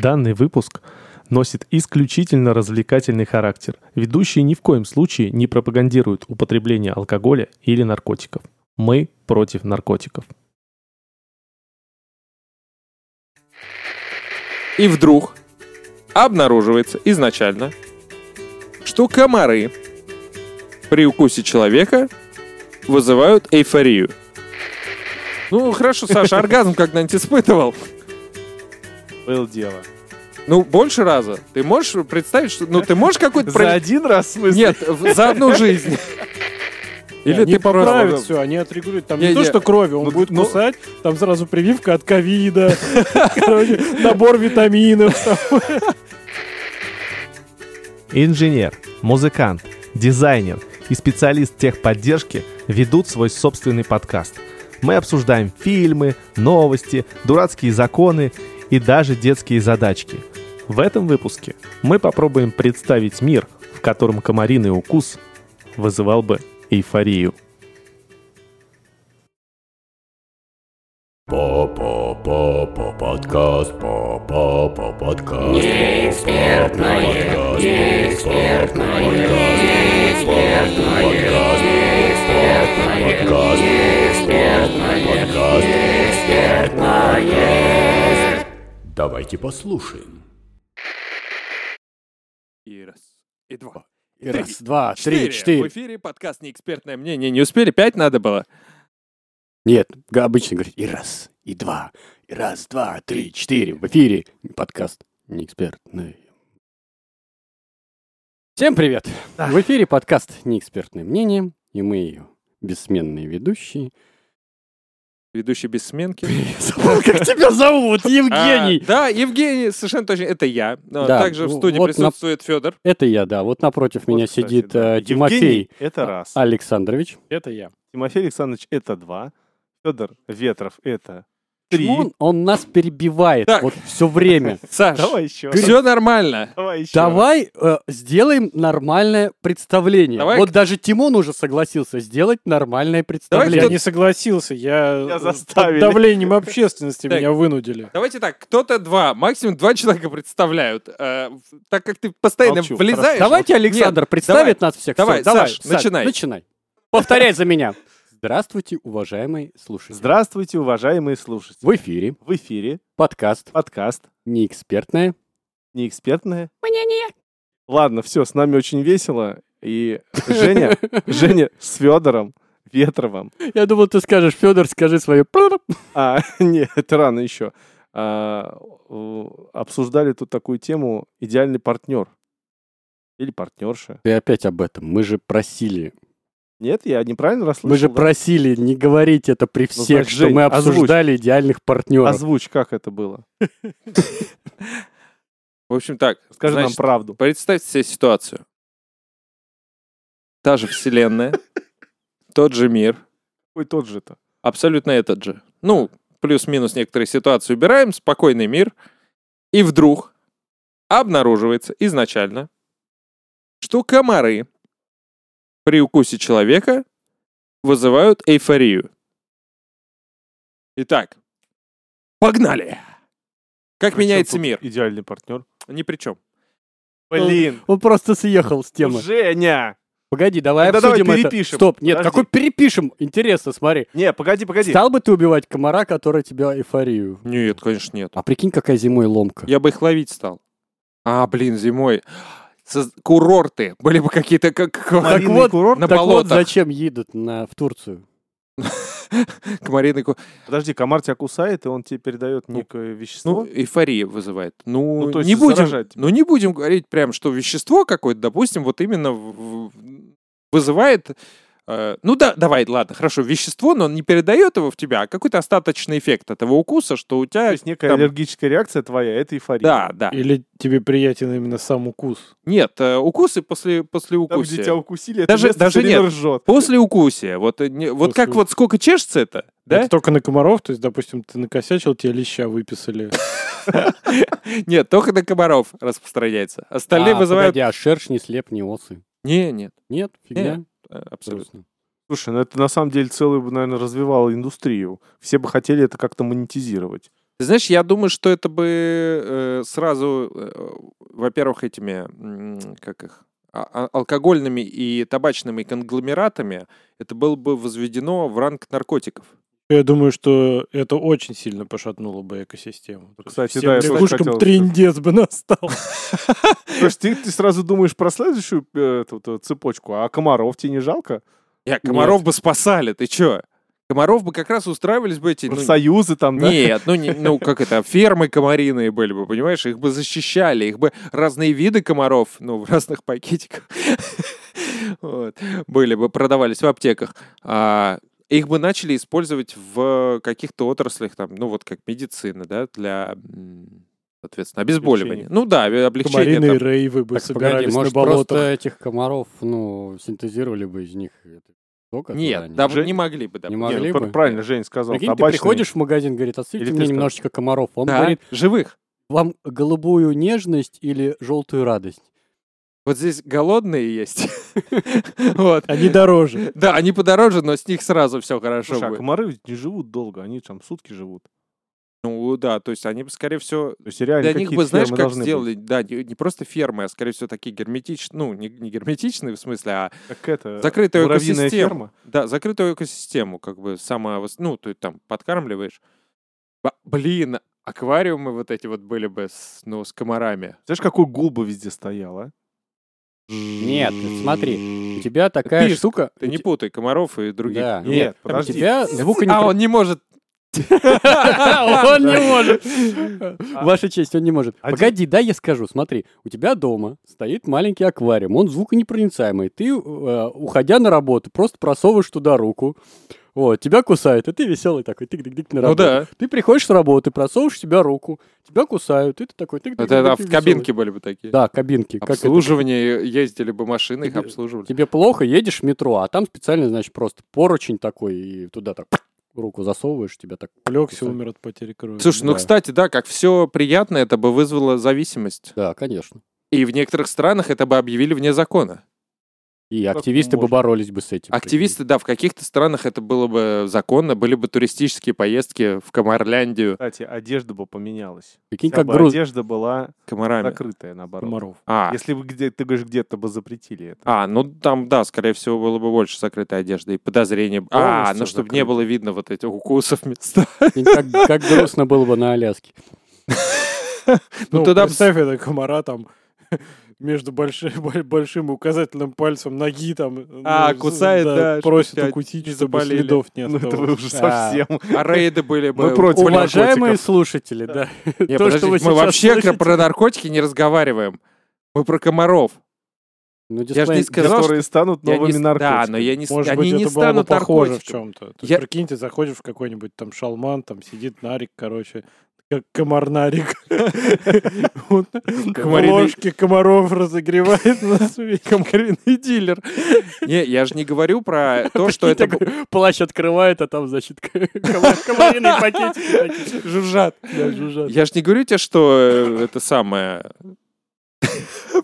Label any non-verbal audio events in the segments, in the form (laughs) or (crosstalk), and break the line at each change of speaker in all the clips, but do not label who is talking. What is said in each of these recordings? Данный выпуск носит исключительно развлекательный характер. Ведущие ни в коем случае не пропагандируют употребление алкоголя или наркотиков. Мы против наркотиков.
И вдруг обнаруживается изначально, что комары при укусе человека вызывают эйфорию. Ну, хорошо, Саша, оргазм когда-нибудь испытывал.
Было дело.
Ну, больше раза. Ты можешь представить, что... Ну, ты можешь какой-то...
За
пров-
один раз, в смысле?
Нет, в- за одну жизнь. Или
они
ты
поправят
попробовал.
все, они отрегулируют. Там
Не,
не то,
не.
что крови, он
Ну,
будет
ну-
кусать, там сразу прививка от ковида, (laughs) короче, набор витаминов.
Инженер, музыкант, дизайнер и специалист техподдержки ведут свой собственный подкаст. Мы обсуждаем фильмы, новости, дурацкие законы и даже детские задачки. В этом выпуске мы попробуем представить мир, в котором комариный укус вызывал бы эйфорию.
По-по-по-по подкаст, по-по-по подкаст. Неэкспертное, неэкспертное, неэкспертное, подкаст, неэкспертное, подкаст, неэкспертное. Давайте послушаем.
И раз, и два.
И
раз,
два,
Четыре. В эфире подкаст «Неэкспертное мнение». Не успели? Пять надо было?
Нет, обычно говорит и раз, и два, и раз, два, три, четыре. В эфире подкаст не экспертный. Всем привет! В эфире подкаст «Неэкспертное мнение», и мы ее бессменные ведущие. (laughs)
Ведущий без сменки.
Забыл, как тебя (laughs) зовут,
А, да, Евгений, совершенно точно. Это я. Но
Да,
Также в
ну,
студии
вот на-
присутствует Федор.
Это я, да. Вот напротив меня
кстати,
сидит
да.
э, Тимофей а
это раз.
Александрович. Это я.
Тимофей Александрович это два. Федор Ветров это
Он, он нас перебивает
Так.
вот
(laughs)
все время.
Саш,
еще.
все нормально.
Давай еще.
Давай э, сделаем нормальное представление.
Давай-
Вот даже Timon уже согласился сделать нормальное
Давай
представление.
кто-
Я не согласился, я,
Меня
э,
заставили.
под давлением общественности
Так.
меня вынудили.
Давайте так, кто-то два, максимум два человека представляют. Э, в- так как ты постоянно
Молчу,
влезаешь...
Давайте Александр представит нас всех.
Давай,
Всё, давай,
Саш, начинай.
Начинай. Повторяй за меня. Здравствуйте, уважаемые слушатели.
Здравствуйте, уважаемые слушатели.
В эфире
В эфире
подкаст
подкаст
«Неэкспертное».
неэкспертное. Ладно, все, с нами очень весело. И Женя, (laughs)
(laughs)
Женя с Федором Ветровым.
Я думал, ты скажешь, Федор, скажи свое.
А, (laughs) нет, это рано еще. обсуждали тут такую тему идеальный партнер. Или партнерша.
Ты опять об этом. Мы же просили
Нет, я неправильно расслышал.
Мы же
да?
просили не говорить это при всех,
значит,
что
Жень,
мы
озвучь.
обсуждали идеальных партнеров.
Озвучь, как это было.
В общем так,
Скажи
значит,
нам правду.
представьте себе ситуацию. Та же вселенная, (laughs) тот же мир,
Ой, тот же-то.
абсолютно этот же. Ну, плюс-минус некоторые ситуации убираем, спокойный мир. И вдруг обнаруживается изначально, что комары при укусе человека вызывают эйфорию. Итак, погнали! Как
Причём
меняется
тут
мир?
Идеальный партнер.
Ни при чем.
Блин,
Он просто съехал с темы.
Женя!
Погоди, давай
Ну, Тогда давай
обсудим это.
перепишем.
Стоп, нет,
Подожди.
какой перепишем? Интересно, смотри.
Не, погоди, погоди.
Стал бы ты убивать комара, который тебя эйфорию?
Нет, конечно, нет.
А прикинь, какая зимой ломка.
Я бы их ловить стал. А, блин, зимой. Соз- Курорты. Были бы какие-то как...
Маринный
Так вот,
курорт.
на
так вот,
болотах.
зачем едут на, в Турцию?
Комариный ку-
Подожди, комар тебя кусает, и он тебе передает
Ну,
некое вещество.
Ну, эйфория вызывает. Ну,
Ну, то есть
не будем,
заражает тебя.
ну, не будем говорить прям, что вещество какое-то, допустим, вот именно в- в- вызывает... э, ну да, давай, ладно, хорошо, вещество, но он не передает его в тебя, а какой-то остаточный эффект этого укуса, что у
То
тебя...
есть некая
там-
аллергическая реакция твоя, это эйфория.
Да, да.
Или тебе приятен именно сам укус?
Нет, э, укусы после, после
Там, где тебя
укуса.
укусили, это
Даже-
место
даже
всё время
нет.
ржет.
После укусия. Вот, э, не- вот
После
как вот сколько чешется это, да?
Это только на комаров, то есть, допустим, ты накосячил, тебе леща выписали.
(laughs) Нет, только на комаров распространяется. Остальные
а,
вызывают...
Погоди, а шерш не слеп, не осы.
Не, нет,
Нет, фигня.
э, абсолютно.
Грустно.
Слушай, ну это на самом деле целую бы, наверное, развивало индустрию. Все бы хотели это как-то монетизировать.
Ты знаешь, я думаю, что это бы э, сразу, э, во-первых, этими, м, как их, а- а- алкогольными и табачными конгломератами, это было бы возведено в ранг наркотиков.
Я думаю, что это очень сильно пошатнуло бы экосистему. То есть
Кстати,
всем
да, я тоже хотел
лягушкам
сказать.
трендец бы настал.
(laughs) Слушай, ты, ты сразу думаешь про следующую э, эту- эту цепочку, а комаров тебе не жалко?
Я, комаров бы спасали, ты чё? Комаров бы как раз устраивались бы эти... ну,
Профсоюзы там, да?
Нет, ну, не- ну как это, фермы комариные были бы, понимаешь, их бы защищали, их бы разные виды комаров, ну, в разных пакетиках (laughs) вот, были бы, продавались в аптеках. А, их бы начали использовать в каких-то отраслях, там, ну вот как медицина, да, для, м, соответственно, обезболивания. Ну да, облегчение.
Комариные
там.
рейвы бы
Так, погоди,
собирались на
может, просто
болотах.
этих комаров, ну, синтезировали бы из них это сока,
Нет,
туда,
да,
Жень-
не могли бы, да.
не
Нет,
могли
пр-
бы.
ну, Правильно, Жень сказал.
Прикинь, ты
табачные.
приходишь в магазин, говорит, отсыпьте
Или
мне
ты
немножечко комаров. Он
Да,
говорит,
живых.
вам голубую нежность или желтую радость?
Вот здесь голодные есть. (laughs) Вот.
«А
Они дороже.
Да, они подороже, но с них сразу все хорошо
Слушай, а
будет.
комары ведь не живут долго, они там сутки живут.
Ну да, то есть они бы, скорее всего,
То есть реально
для них
какие-то
бы, знаешь,
фермы
как
должны быть.
сделали, да, не, не просто фермы, а, скорее всего, такие герметичные, ну, не, не герметичные в смысле, а
Как это?
закрытую
муравьиная
экосистему.
ферма?
Да, закрытую экосистему, как бы, сама, ну, ты там подкармливаешь. Ба- Блин, аквариумы вот эти вот были бы, с, ну, с комарами.
Знаешь, какой гул бы везде стоял, а?
Нет, смотри, у тебя такая
Писк.
штука...
Ты не путай комаров и других.
Да.
Ну,
Нет,
У (laughs)
подожди.
тебя звука не...
А он не
(laughs)
может.
Он не может. Ваша честь, он не может.
Один-
Погоди, да, я скажу. Смотри, у тебя дома стоит маленький аквариум, он звуконепроницаемый. Ты, э, уходя на работу, просто просовываешь туда руку, вот, тебя кусают, и ты веселый такой, тык-тык-тык на
Ну
работу.
да,
Ты приходишь с работы, просовываешь себя руку, тебя кусают, и ты такой... тык-тык-тык,
это да,
ты
в
веселый.
кабинке были бы такие.
Да, кабинки. Как это?
Обслуживание, ездили бы машины, их
Тебе-
обслуживали.
Тебе плохо, едешь в метро, а там специально, значит, просто поручень такой, и туда так руку засовываешь, тебя так...
Легся умер от потери крови.
Слушай, ну,
Да.
кстати, да, как все приятное, это бы вызвало зависимость.
Да, конечно.
И в некоторых странах это бы объявили вне закона.
И
Как
активисты бы
можно?
боролись бы с этим.
Активисты, да, в каких-то странах это было бы законно, были бы туристические поездки в Комарляндию
Кстати, одежда бы поменялась.
Прикинь,
Вся
как
бы
груз...
одежда была
комарами.
закрытая, наоборот.
Комаров.
А,
Если вы где ты говоришь, где-то бы запретили это.
а, ну там, да, скорее всего, было бы больше закрытой одежды и подозрения. А,
Полностью
ну чтобы не
закрыто.
было видно вот этих укусов места.
(laughs)
Прикинь, Как, как грустно было бы на Аляске.
Ну,
Ну,
тогда
тогда представь это комара там (laughs) между большим, (laughs) большим и указательным пальцем ноги там.
А,
ну,
кусает, да,
Просит
чтоб тебя
укусить,
не
чтобы
заболели.
следов не
Ну, это
осталось.
вы уже
А.
совсем.
А рейды были бы...
Мы против
у наркотиков.
Уважаемые слушатели, да.
Не,
то,
подождите,
что вы
Мы
сейчас
вообще
слышите-
про наркотики не разговариваем. Мы про комаров.
Ну,
Я же не
дисклейм-
сказал, что-
которые станут
Я не
новыми
с-
наркотиками.
Да, но я не... с-
Может
они
быть,
не
это было бы
станут
похоже в
наркотиками.
чем-то. То есть,
Я-
прикинь, ты заходишь в какой-нибудь там шалман, там сидит нарик, короче, как комарнарик. (laughs) Он
Комариный-
ложки комаров разогревает на свете.
Комариный дилер. Не, я же не говорю про то, что это
Прикинь, такой плащ открывает, а там, значит, (laughs) комар- комариные пакетики такие.
б- жужжат.
Да, жужжат.
Я же не говорю тебе, что э, это самое... (laughs)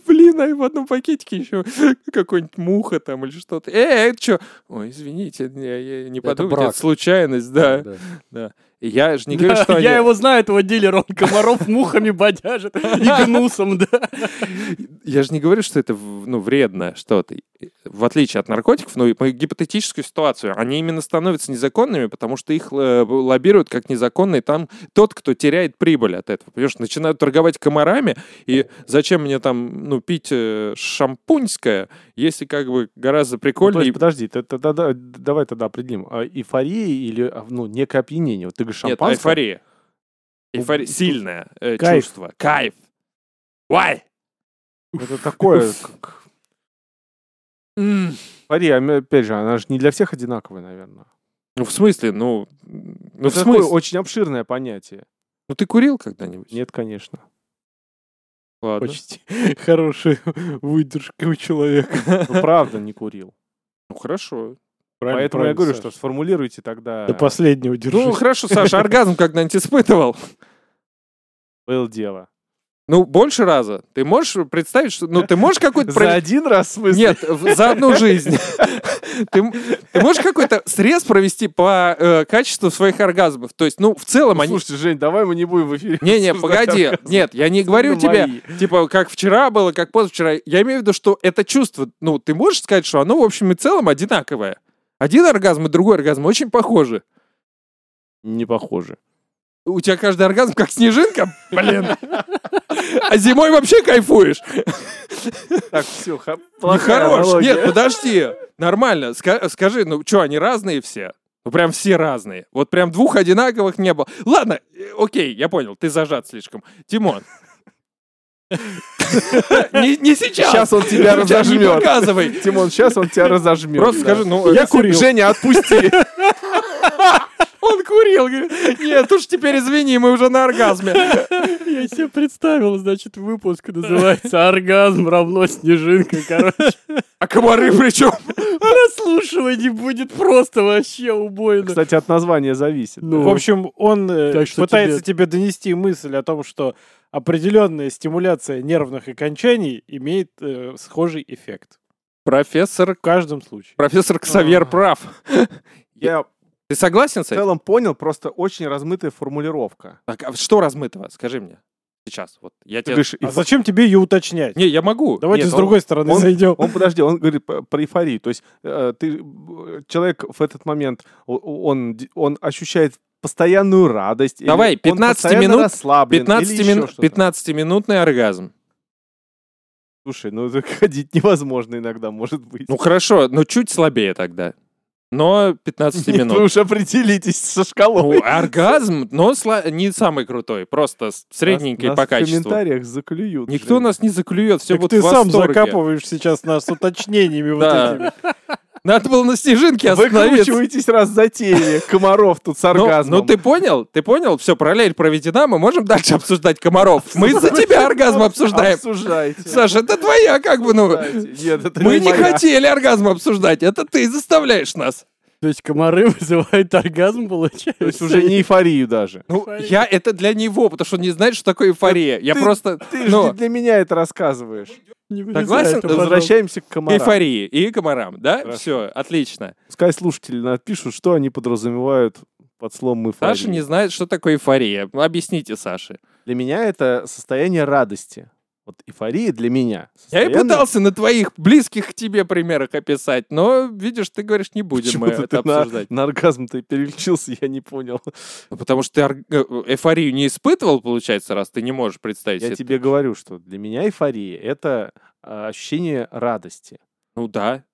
Блин, а в одном пакетике еще какой-нибудь муха там или что-то. Э, это что? Ой, извините, я, я не
Это
подумал, это
брак.
случайность, да.
Да.
И Я же не
Да,
говорю, что они...
(laughs) Я его знаю, этого дилера, он комаров мухами бодяжит и гнусом, да.
Я же не говорю, что это в- ну, вредно что-то. В отличие от наркотиков, но и по гипотетическую ситуацию, они именно становятся незаконными, потому что их э, лоббируют как незаконные там тот, кто теряет прибыль от этого. Понимаешь, начинают торговать комарами, и зачем мне там ну, пить э, шампуньское, если как бы гораздо
Ну, то
прикольнее...
есть, подожди, т- т- тогда- давай тогда определим. а, Эйфория или а, ну, некое опьянение? Вот ты говоришь,
Нет,
шампанское?
эйфория.
Ну,
Эйфория.
тут-
Сильное э,
Кайф.
чувство. Кайф. Why?
Ну, Это
(laughs)
такое... как- Эйфория, а, м, опять же, она же не для всех одинаковая, наверное.
Ну, в смысле, ну... Ну, в
Это такое
смысле?
очень обширное понятие.
Ну, ты курил когда-нибудь?
Нет, конечно.
Ладно.
Почти хорошая выдержка у человека.
Ну, правда не
(laughs)
курил.
Ну, хорошо.
Поэтому я говорю, что сформулируйте тогда...
до последнего
Ну,
держись.
хорошо, Саша, оргазм когда-нибудь испытывал?
Было дело.
Ну, больше раза. Ты можешь представить, что... Ну, (laughs) ты можешь какой-то...
За один раз, в смысле?
Нет, в- за одну жизнь. (laughs) Ты, м- ты можешь какой-то срез провести по э, качеству своих оргазмов? То есть, ну, в целом они... (laughs)
Слушайте, Жень, давай мы не будем в эфире.
Не-не,
обсуждать
погоди.
оргазм.
Нет, я не (laughs) говорю
Особенно
тебе,
мои.
типа, как вчера было, как позавчера. Я имею в виду, что это чувство, ну, ты можешь сказать, что оно, в общем и целом, одинаковое. Один оргазм и другой оргазм очень похожи.
Не похоже.
У тебя каждый оргазм как снежинка, блин. А зимой вообще кайфуешь.
Так, все, ха- плохая
Нехорош.
аналогия.
Нет, подожди. Нормально. Ска- Скажи, ну что, они разные все? Ну прям все разные. Вот прям двух одинаковых не было. Ладно, э, окей, я понял, ты зажат слишком. Тимон. (laughs) Не не сейчас.
(laughs) Сейчас он тебя
Сейчас не
разожмет.
показывай.
Тимон, сейчас он
(laughs)
тебя разожмет.
Просто
Да.
скажи, ну...
Я
э,
курил.
Женя,
(laughs)
отпусти.
Он курил. говорит, Нет, уж теперь извини, мы уже на оргазме.
Ну, (laughs) Я себе представил, значит, выпуск называется «Оргазм равно снежинка». Короче,
А комары причем?
прослушивание будет просто вообще убойно.
Кстати, от названия зависит.
Ну,
В общем, он э,
Так что
пытается тебе донести мысль о том, что определенная стимуляция нервных окончаний имеет э, схожий эффект.
Профессор...
В каждом случае.
Профессор
А.
Ксавьер прав.
Я
Ты согласен с
в
этим?
целом понял, просто очень размытая формулировка.
Так, а что размытого? Скажи мне. Сейчас. Вот я
Ты
тебе...
говоришь,
А зачем тебе ее уточнять?
Не, я могу.
Давайте
Нет,
с
он-
другой стороны
он-
зайдем.
Он, подожди, он говорит п- про эйфорию. То есть э, ты, э, человек в этот момент, о- о- он, д- он ощущает постоянную радость. или
Давай,
он
15
постоянно
минут,
расслаблен, или
15
еще
мин-
что-то.
15-минутный оргазм.
Слушай, ну (laughs) это ходить невозможно иногда, может быть.
Ну хорошо, но чуть слабее тогда. Но
(laughs)
15
Нет, вы
минут.
уж определитесь со шкалой.
Ну, оргазм, но сла- не самый крутой, просто с- средненький
Нас-
по
нас в
качеству.
комментариях заклюют.
Никто
Жень.
нас не заклюет, все
Так
будет
ты
в
сам
восторге.
закапываешь сейчас нас с уточнениями вот
Да.
этими.
(laughs) Надо было на снежинке остановиться.
Выкручиваетесь раз за теми. Комаров тут с
Ну,
оргазмом.
ну ты понял, ты понял, все, параллель проведена, мы можем дальше обсуждать комаров.
(laughs)
Мы за тебя оргазм обсуждаем.
Ну, Обсуждайте.
Саша, это твоя как бы, ну...
Обсуждайте. Нет, это
Мы не
моя.
хотели оргазм обсуждать, это ты заставляешь нас.
То есть комары вызывают оргазм, получается?
То есть уже не эйфорию даже.
Ну,
Эйфория.
я это для него, потому что он не знает, что такое эйфория. Я
ты-
просто,
Ты же
ну,
не для меня это рассказываешь.
Не вылезает,
Согласен?
а потом-
Возвращаемся к комарам.
эйфории и комарам, да?
Хорошо.
Все, отлично.
Пускай слушатели напишут, что они подразумевают под словом эйфория.
Саша не знает, что такое эйфория. Ну, Объясните, Саше.
Для меня это состояние радости. Вот эйфория для меня.
Я и
состояние- (laughs)
пытался на твоих близких к тебе примерах описать, но, видишь, ты говоришь, не будем мы
Почему-то
это
ты на-
обсуждать.
На, оргазм ты переключился, я не понял.
Ну, Потому что ты орг- э, эйфорию не испытывал, получается, раз ты не можешь представить
Я
себе.
тебе говорю, что для меня эйфория — это а, ощущение радости.
Ну да.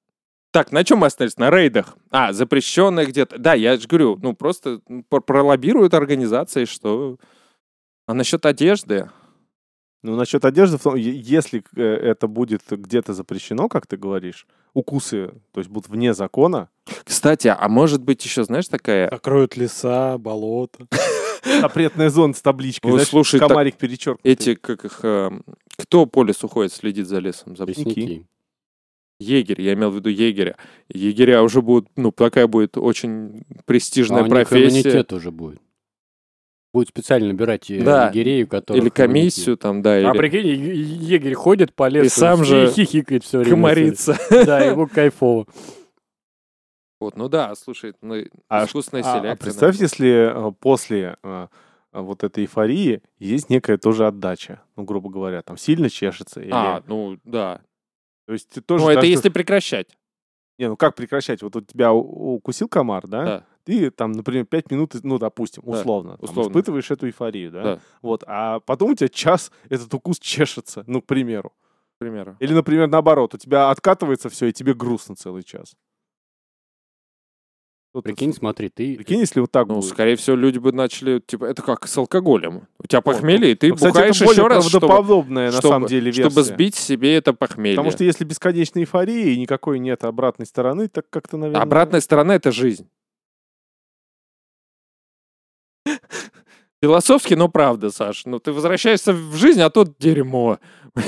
Так, на чем мы остались? На рейдах. А, запрещенные где-то. Да, я же говорю, ну просто м, пр- пролоббируют организации, что... А насчет одежды?
Ну, насчет одежды, в том- е- если э, это будет где-то запрещено, как ты говоришь, укусы, то есть будут вне закона,
(laughs) Кстати, а может быть еще, знаешь, такая...
Закроют леса, болота.
запретная зона с табличкой,
Ой,
знаешь,
слушай, так
комарик перечеркнутый.
Эти, как их... эм, Кто по лесу ходит, следит за лесом? Забыл.
Лесники.
Егерь, я имел в виду егеря. Егеря уже будут... Ну, такая будет очень престижная
А у них
профессия.
иммунитет уже будет. Будут специально набирать э,
Да.
егерей, у которых
Или комиссию там, да,
иммунитет. А
или...
прикинь, е- е- егерь ходит по лесу
сам же
хихикает все время.
Комарица.
Да, ему кайфово.
Вот, ну да, слушай, ну,
А
искусственная
А-
селекция.
А представь, если э, после э, э, вот этой эйфории есть некая тоже отдача, ну, грубо говоря, там сильно чешется. или-
А, ну да.
то есть ты тоже...
Ну, это
даже-
если прекращать.
Не, ну как прекращать? Вот у тебя у- укусил комар, да?
Да.
Ты там, например, 5 минут, ну, допустим,
Да,
условно, там
условно.
испытываешь эту эйфорию, да?
Да.
Вот, а потом у тебя час этот укус чешется, ну, к примеру.
к примеру.
Или, например, наоборот, у тебя откатывается все, и тебе грустно целый час. Что ты-
Прикинь, смотри, ты...
прикинь, если вот так
Ну,
будет.
скорее всего, люди бы начали, типа, это как с алкоголем. У тебя
ну,
похмелье, и ты
Ну, кстати,
бухаешь
это более
еще раз, чтобы,
правдоподобная, на
чтобы-
самом деле, версия.
чтобы сбить себе это похмелье.
Потому что если бесконечная эйфория и никакой нет обратной стороны, так как-то, наверное...
обратная сторона — это жизнь. Философски, но правда, Саш. Ну, ты возвращаешься в жизнь, а тут дерьмо. (laughs) И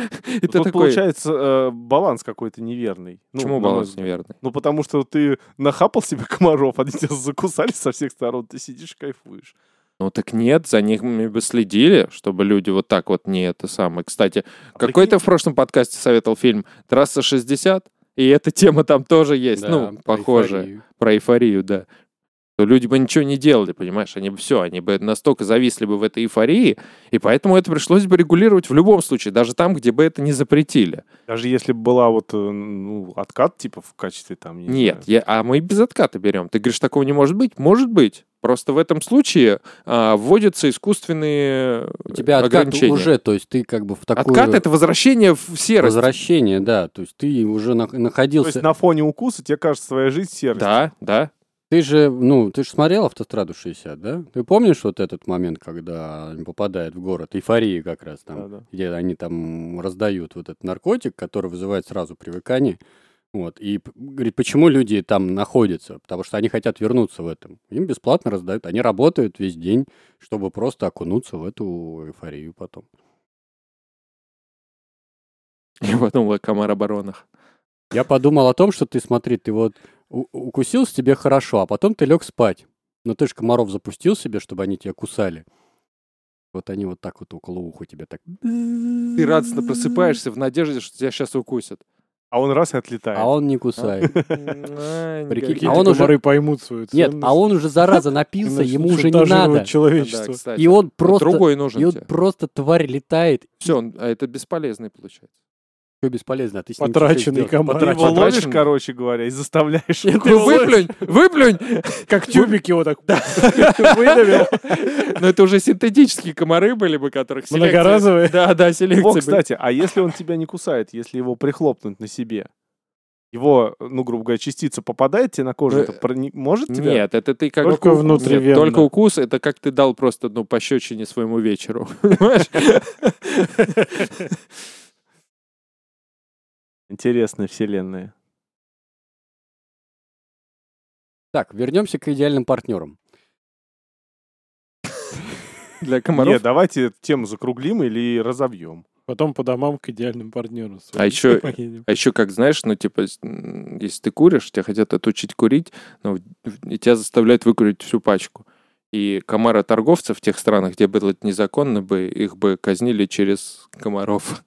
Ну, Тут
ты такой...
получается э, баланс какой-то неверный. Ну,
Почему
на мой
баланс
взгляд.
неверный?
Ну, потому что ты нахапал себе комаров, они тебя закусали со всех сторон, ты сидишь и кайфуешь.
Ну так нет, за ними бы следили, чтобы люди вот так вот не это самое. Кстати,
А
А
какой то в прошлом подкасте советовал фильм «Трасса 60», и эта тема там тоже есть,
Да,
ну,
про
похожая.
эйфорию.
про эйфорию, да. То люди бы ничего не делали, понимаешь, они бы все, они бы настолько зависли бы в этой эйфории, и поэтому это пришлось бы регулировать в любом случае, даже там, где бы это не запретили.
Даже если бы была вот э, ну, откат, типа, в качестве там... я не знаю.
Нет, я- а мы и без отката берем. Ты говоришь, такого не может быть? Может быть. Просто в этом случае а, вводятся искусственные
У тебя откат
ограничения.
уже, то есть ты как бы в такую...
Откат — это возвращение в серость.
Возвращение, да. То есть ты уже на-
То есть
находился...
на фоне укуса тебе кажется своя жизнь серость.
Да, да. (laughs)
Ты же, ну, ты же смотрел «Автостраду 60», да? Ты помнишь вот этот момент, когда они попадают в город? Эйфория как раз там.
Да-да.
Где они там раздают вот этот наркотик, который вызывает сразу привыкание. Вот. И п- говорит, почему люди там находятся? Потому что они хотят вернуться в этом. Им бесплатно раздают. Они работают весь день, чтобы просто окунуться в эту эйфорию потом.
Я подумал о комароборонах.
Я подумал о том, что ты, смотри, ты вот у- укусился, тебе хорошо, а потом ты лег спать. Но ты же комаров запустил себе, чтобы они тебя кусали. Вот они вот так вот около уха тебе так...
Ты радостно просыпаешься в надежде, что тебя сейчас
(laughs)
укусят.
А он раз и отлетает.
А он не кусает.
Прикинь,
Прикинь,
Какие-то
а он уже-
комары поймут свою
Нет,
ценность.
а он уже, зараза,
и
напился,
начнут
ему уже не
шантажировать
надо.
человечество.
И он просто...
Другой нужен
И он
тебе.
просто тварь летает.
Все, а это бесполезный получается.
(laughs)
Все бесполезно, а ты с ним
Потраченный
ничего не сделаешь.
комар.
Ты его
Потрачен.
Потраченный.
ловишь, короче говоря, и
(laughs)
заставляешь.
Ну, Выплюнь, выплюнь!
Как тюбик его так (laughs) выдавил.
Но это уже синтетические комары были бы, которых селекция-
Многоразовые.
Да, да, селекция.
Во,
бы-
кстати, а если он тебя не кусает, если его прихлопнуть на себе, его, ну, грубо говоря, частица попадает тебе на кожу,
Ну,
это прони- может тебя?
Нет, это ты как
Только
укус-
внутривенно.
Нет, только укус, это как ты дал просто ну пощечине своему вечеру, (laughs) понимаешь?
Интересная вселенная.
Так, вернемся к идеальным партнерам.
Для
Нет,
комаров.
давайте эту тему закруглим или разобьем.
Потом по домам к идеальным партнеру. своим
А еще-
поедем.
А еще, как знаешь, ну, типа, с- м, если ты куришь, тебя хотят отучить курить, ну, но тебя заставляют выкурить всю пачку. И комара торговцев в тех странах, где было это незаконно бы, их бы казнили через комаров.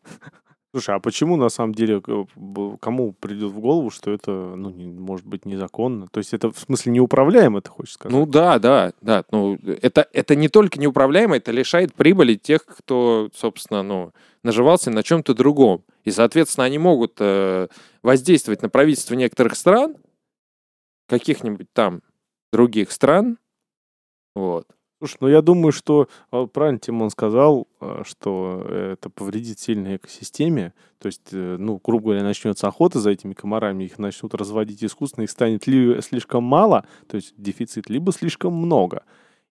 Слушай, а почему на самом деле э, б- кому придет в голову, что это, ну, не- может быть, незаконно? То есть это в смысле неуправляемо, ты хочешь сказать?
Ну да, да, да. Ну, это, это не только неуправляемо, это лишает прибыли тех, кто, собственно, ну, наживался на чем-то другом. И, соответственно, они могут э, воздействовать на правительство некоторых стран, каких-нибудь там других стран. Вот.
Слушай, ну я думаю, что э, правильно Тимон сказал, э, что это повредит сильно экосистеме. То есть, э, ну, грубо говоря, начнется охота за этими комарами, их начнут разводить искусственно, их станет ли слишком мало, то есть дефицит, либо слишком много.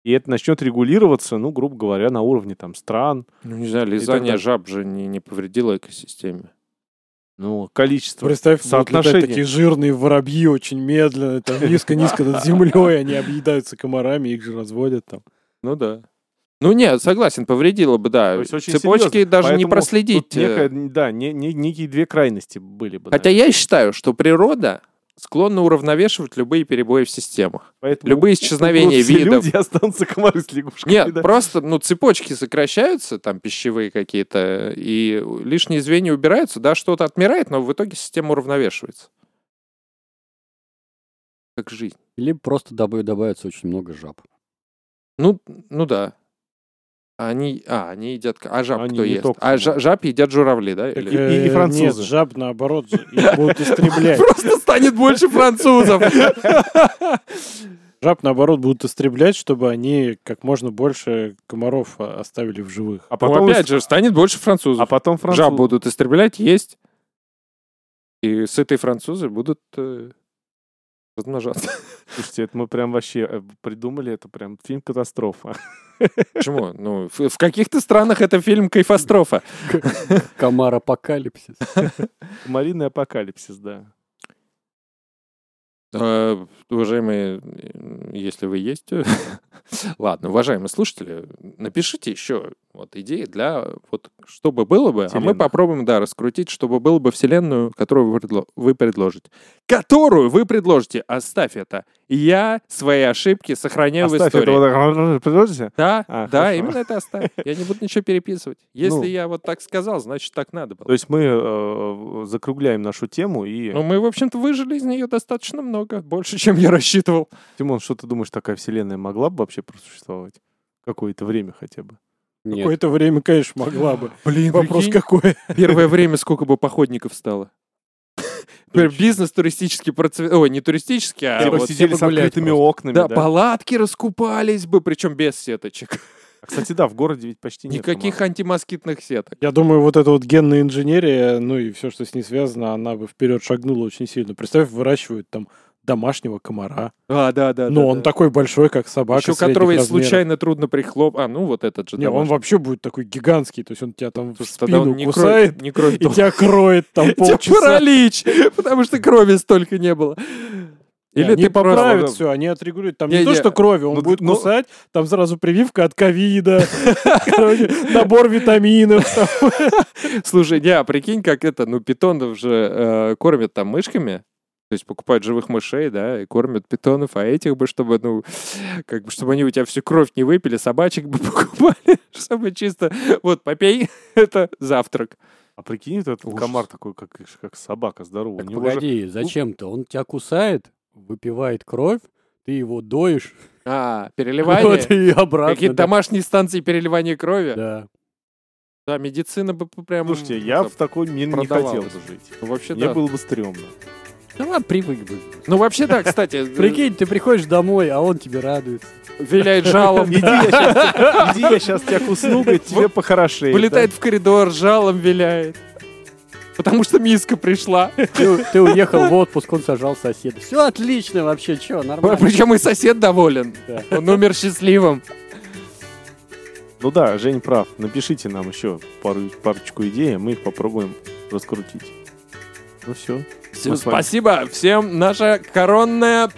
И это начнет регулироваться, ну, грубо говоря, на уровне там стран,
Ну, не знаю, лизание жаб же не, не повредило экосистеме.
ну, количество.
Представь, будут
соотношение.
летать такие жирные воробьи очень медленно, там низко-низко над землей, они объедаются комарами, их же разводят там.
Ну да. Ну нет, согласен, повредило бы, да.
То есть очень
Цепочки
серьезно.
даже не
Поэтому
проследить.
тут некая,
э,
н- да, не- не- некие две крайности были бы.
Хотя
наверное.
я считаю, что природа склонна уравновешивать любые перебои в системах.
Поэтому
Любые исчезновения
умрут все
видов.
Ну, люди, (laughs) останутся комары с лягушками.
Нет,
да.
просто ну, цепочки сокращаются, там пищевые какие-то, и лишние звенья убираются, да, что-то отмирает, но в итоге система уравновешивается. Как жизнь.
Либо просто добав- добавится очень много жаб.
Ну, ну да. Они, а, они едят... к- А жаб
Они
кто
не
ест?
только
А жа-
комары.
жаб едят журавли, да?
Так,
Или-
и
э,
не французы.
Нет, жаб наоборот, же, их будут
(laughs)
истреблять.
Просто станет
(laughs)
больше французов.
Жаб наоборот будут истреблять, чтобы они как можно больше комаров а, оставили в живых.
А
Ну,
потом,
опять же, станет больше
а
французов.
потом француз.
Жаб будут истреблять, есть. И сытые французы будут э, размножаться. (laughs)
Слушайте, это мы прям вообще э, придумали, это прям фильм катастрофа. (laughs)
Почему? Ну, в в каких-то странах это фильм «Кайфострофа».
Комар апокалипсис.
(laughs)
Комариный апокалипсис, да.
Э, Уважаемые, (laughs) э, если вы есть... э, Ладно, уважаемые слушатели, напишите еще Вот идеи для вот что бы было бы, а мы
Вселенных.
попробуем, да, раскрутить, чтобы было бы вселенную, которую вы, предло- вы предложите. Которую вы предложите, оставь это. Я свои ошибки сохраняю в
Оставь
истории.
это вот так, (laughs) подождите.
Да,
А,
да,
хорошо.
именно это оставь. Я не буду ничего переписывать. Если
Ну.
я вот так сказал, значит так надо
То
было.
есть мы э, закругляем нашу тему и...
Ну, мы, в общем-то, выжили из нее достаточно много, больше, чем я рассчитывал.
Тимон, что ты думаешь, такая вселенная могла бы вообще просуществовать? Какое-то время хотя бы.
Нет.
Какое-то время, конечно, могла бы.
Блин,
Вопрос какой?
Первое время сколько бы походников (laughs) стало? Теперь Бизнес туристический процветал. Ой, не туристический, а
Типа
вот...
сидели
все бы
с
гулять
открытыми
просто.
окнами, да?
Да, палатки раскупались бы, причем без сеточек.
А, Кстати, да, в городе ведь
ну
почти нет.
Никаких антимоскитных сеток.
Я думаю, вот эта вот генная инженерия, ну и все, что с ней связано, она бы вперед шагнула очень сильно. Представь, выращивают там домашнего комара.
А, да, да.
Но он такой большой, как собака.
Еще
средних
которого и
размеров.
случайно трудно прихлоп... А, ну вот этот же.
Не, он
домашний.
вообще будет такой гигантский, то есть он тебя там в
Потому что тогда он
спину
не (laughs)
кусает
кровь- не кровь
и тебя кроет там
У (laughs) тебя
полчаса.
паралич, (laughs) потому что крови столько не было. Или
они
ты
поправят
поправишь.
все, они отрегулируют. Там
Не,
не, то,
не,
что крови, он
ну,
будет
ну-
кусать, там сразу прививка от ковида, (laughs) короче, набор витаминов. там.
(laughs) Слушай, не, а прикинь, как это, ну, питонов же э, кормят там мышками, то есть покупают живых мышей, да, и кормят питонов, а этих бы, чтобы, ну, (laughs) как бы, чтобы они у тебя всю кровь не выпили, собачек бы (laughs) покупали, чтобы чисто, вот, попей, (laughs) это завтрак.
А прикинь, вот этот
Ужас.
комар такой, как, как собака здоровая.
Так
У него же-
погоди, зачем-то? Он тебя кусает, выпивает кровь, ты его доишь, (laughs)
А,
вот
переливание,
и обратно.
какие-то
да.
домашние станции переливания крови.
Да.
Да, медицина бы п- прям...
Слушайте, я в такой мир не хотел
продавалось.
бы жить.
Ну, Вообще,
Мне
да.
было бы стрёмно.
Да ладно, привык бы.
Ну, вообще, да, кстати.
(laughs)
э,
Прикинь, ты приходишь домой, а он тебе радуется.
Виляет
(laughs)
жалом.
Иди, я сейчас, иди, я сейчас тебя кусну, говорит, тебе похорошеет.
Вылетает в коридор, жалом виляет. Потому что миска пришла.
Ты, ты уехал в отпуск, он сажал соседа. Все отлично вообще, чё, нормально.
Причем и сосед доволен.
Да.
Он умер счастливым.
да? Ну да, Жень прав. Напишите нам еще пару, парочку идей, а мы их попробуем раскрутить. Ну все.
Всем
Мы с вами-
спасибо. Всем наша коронная...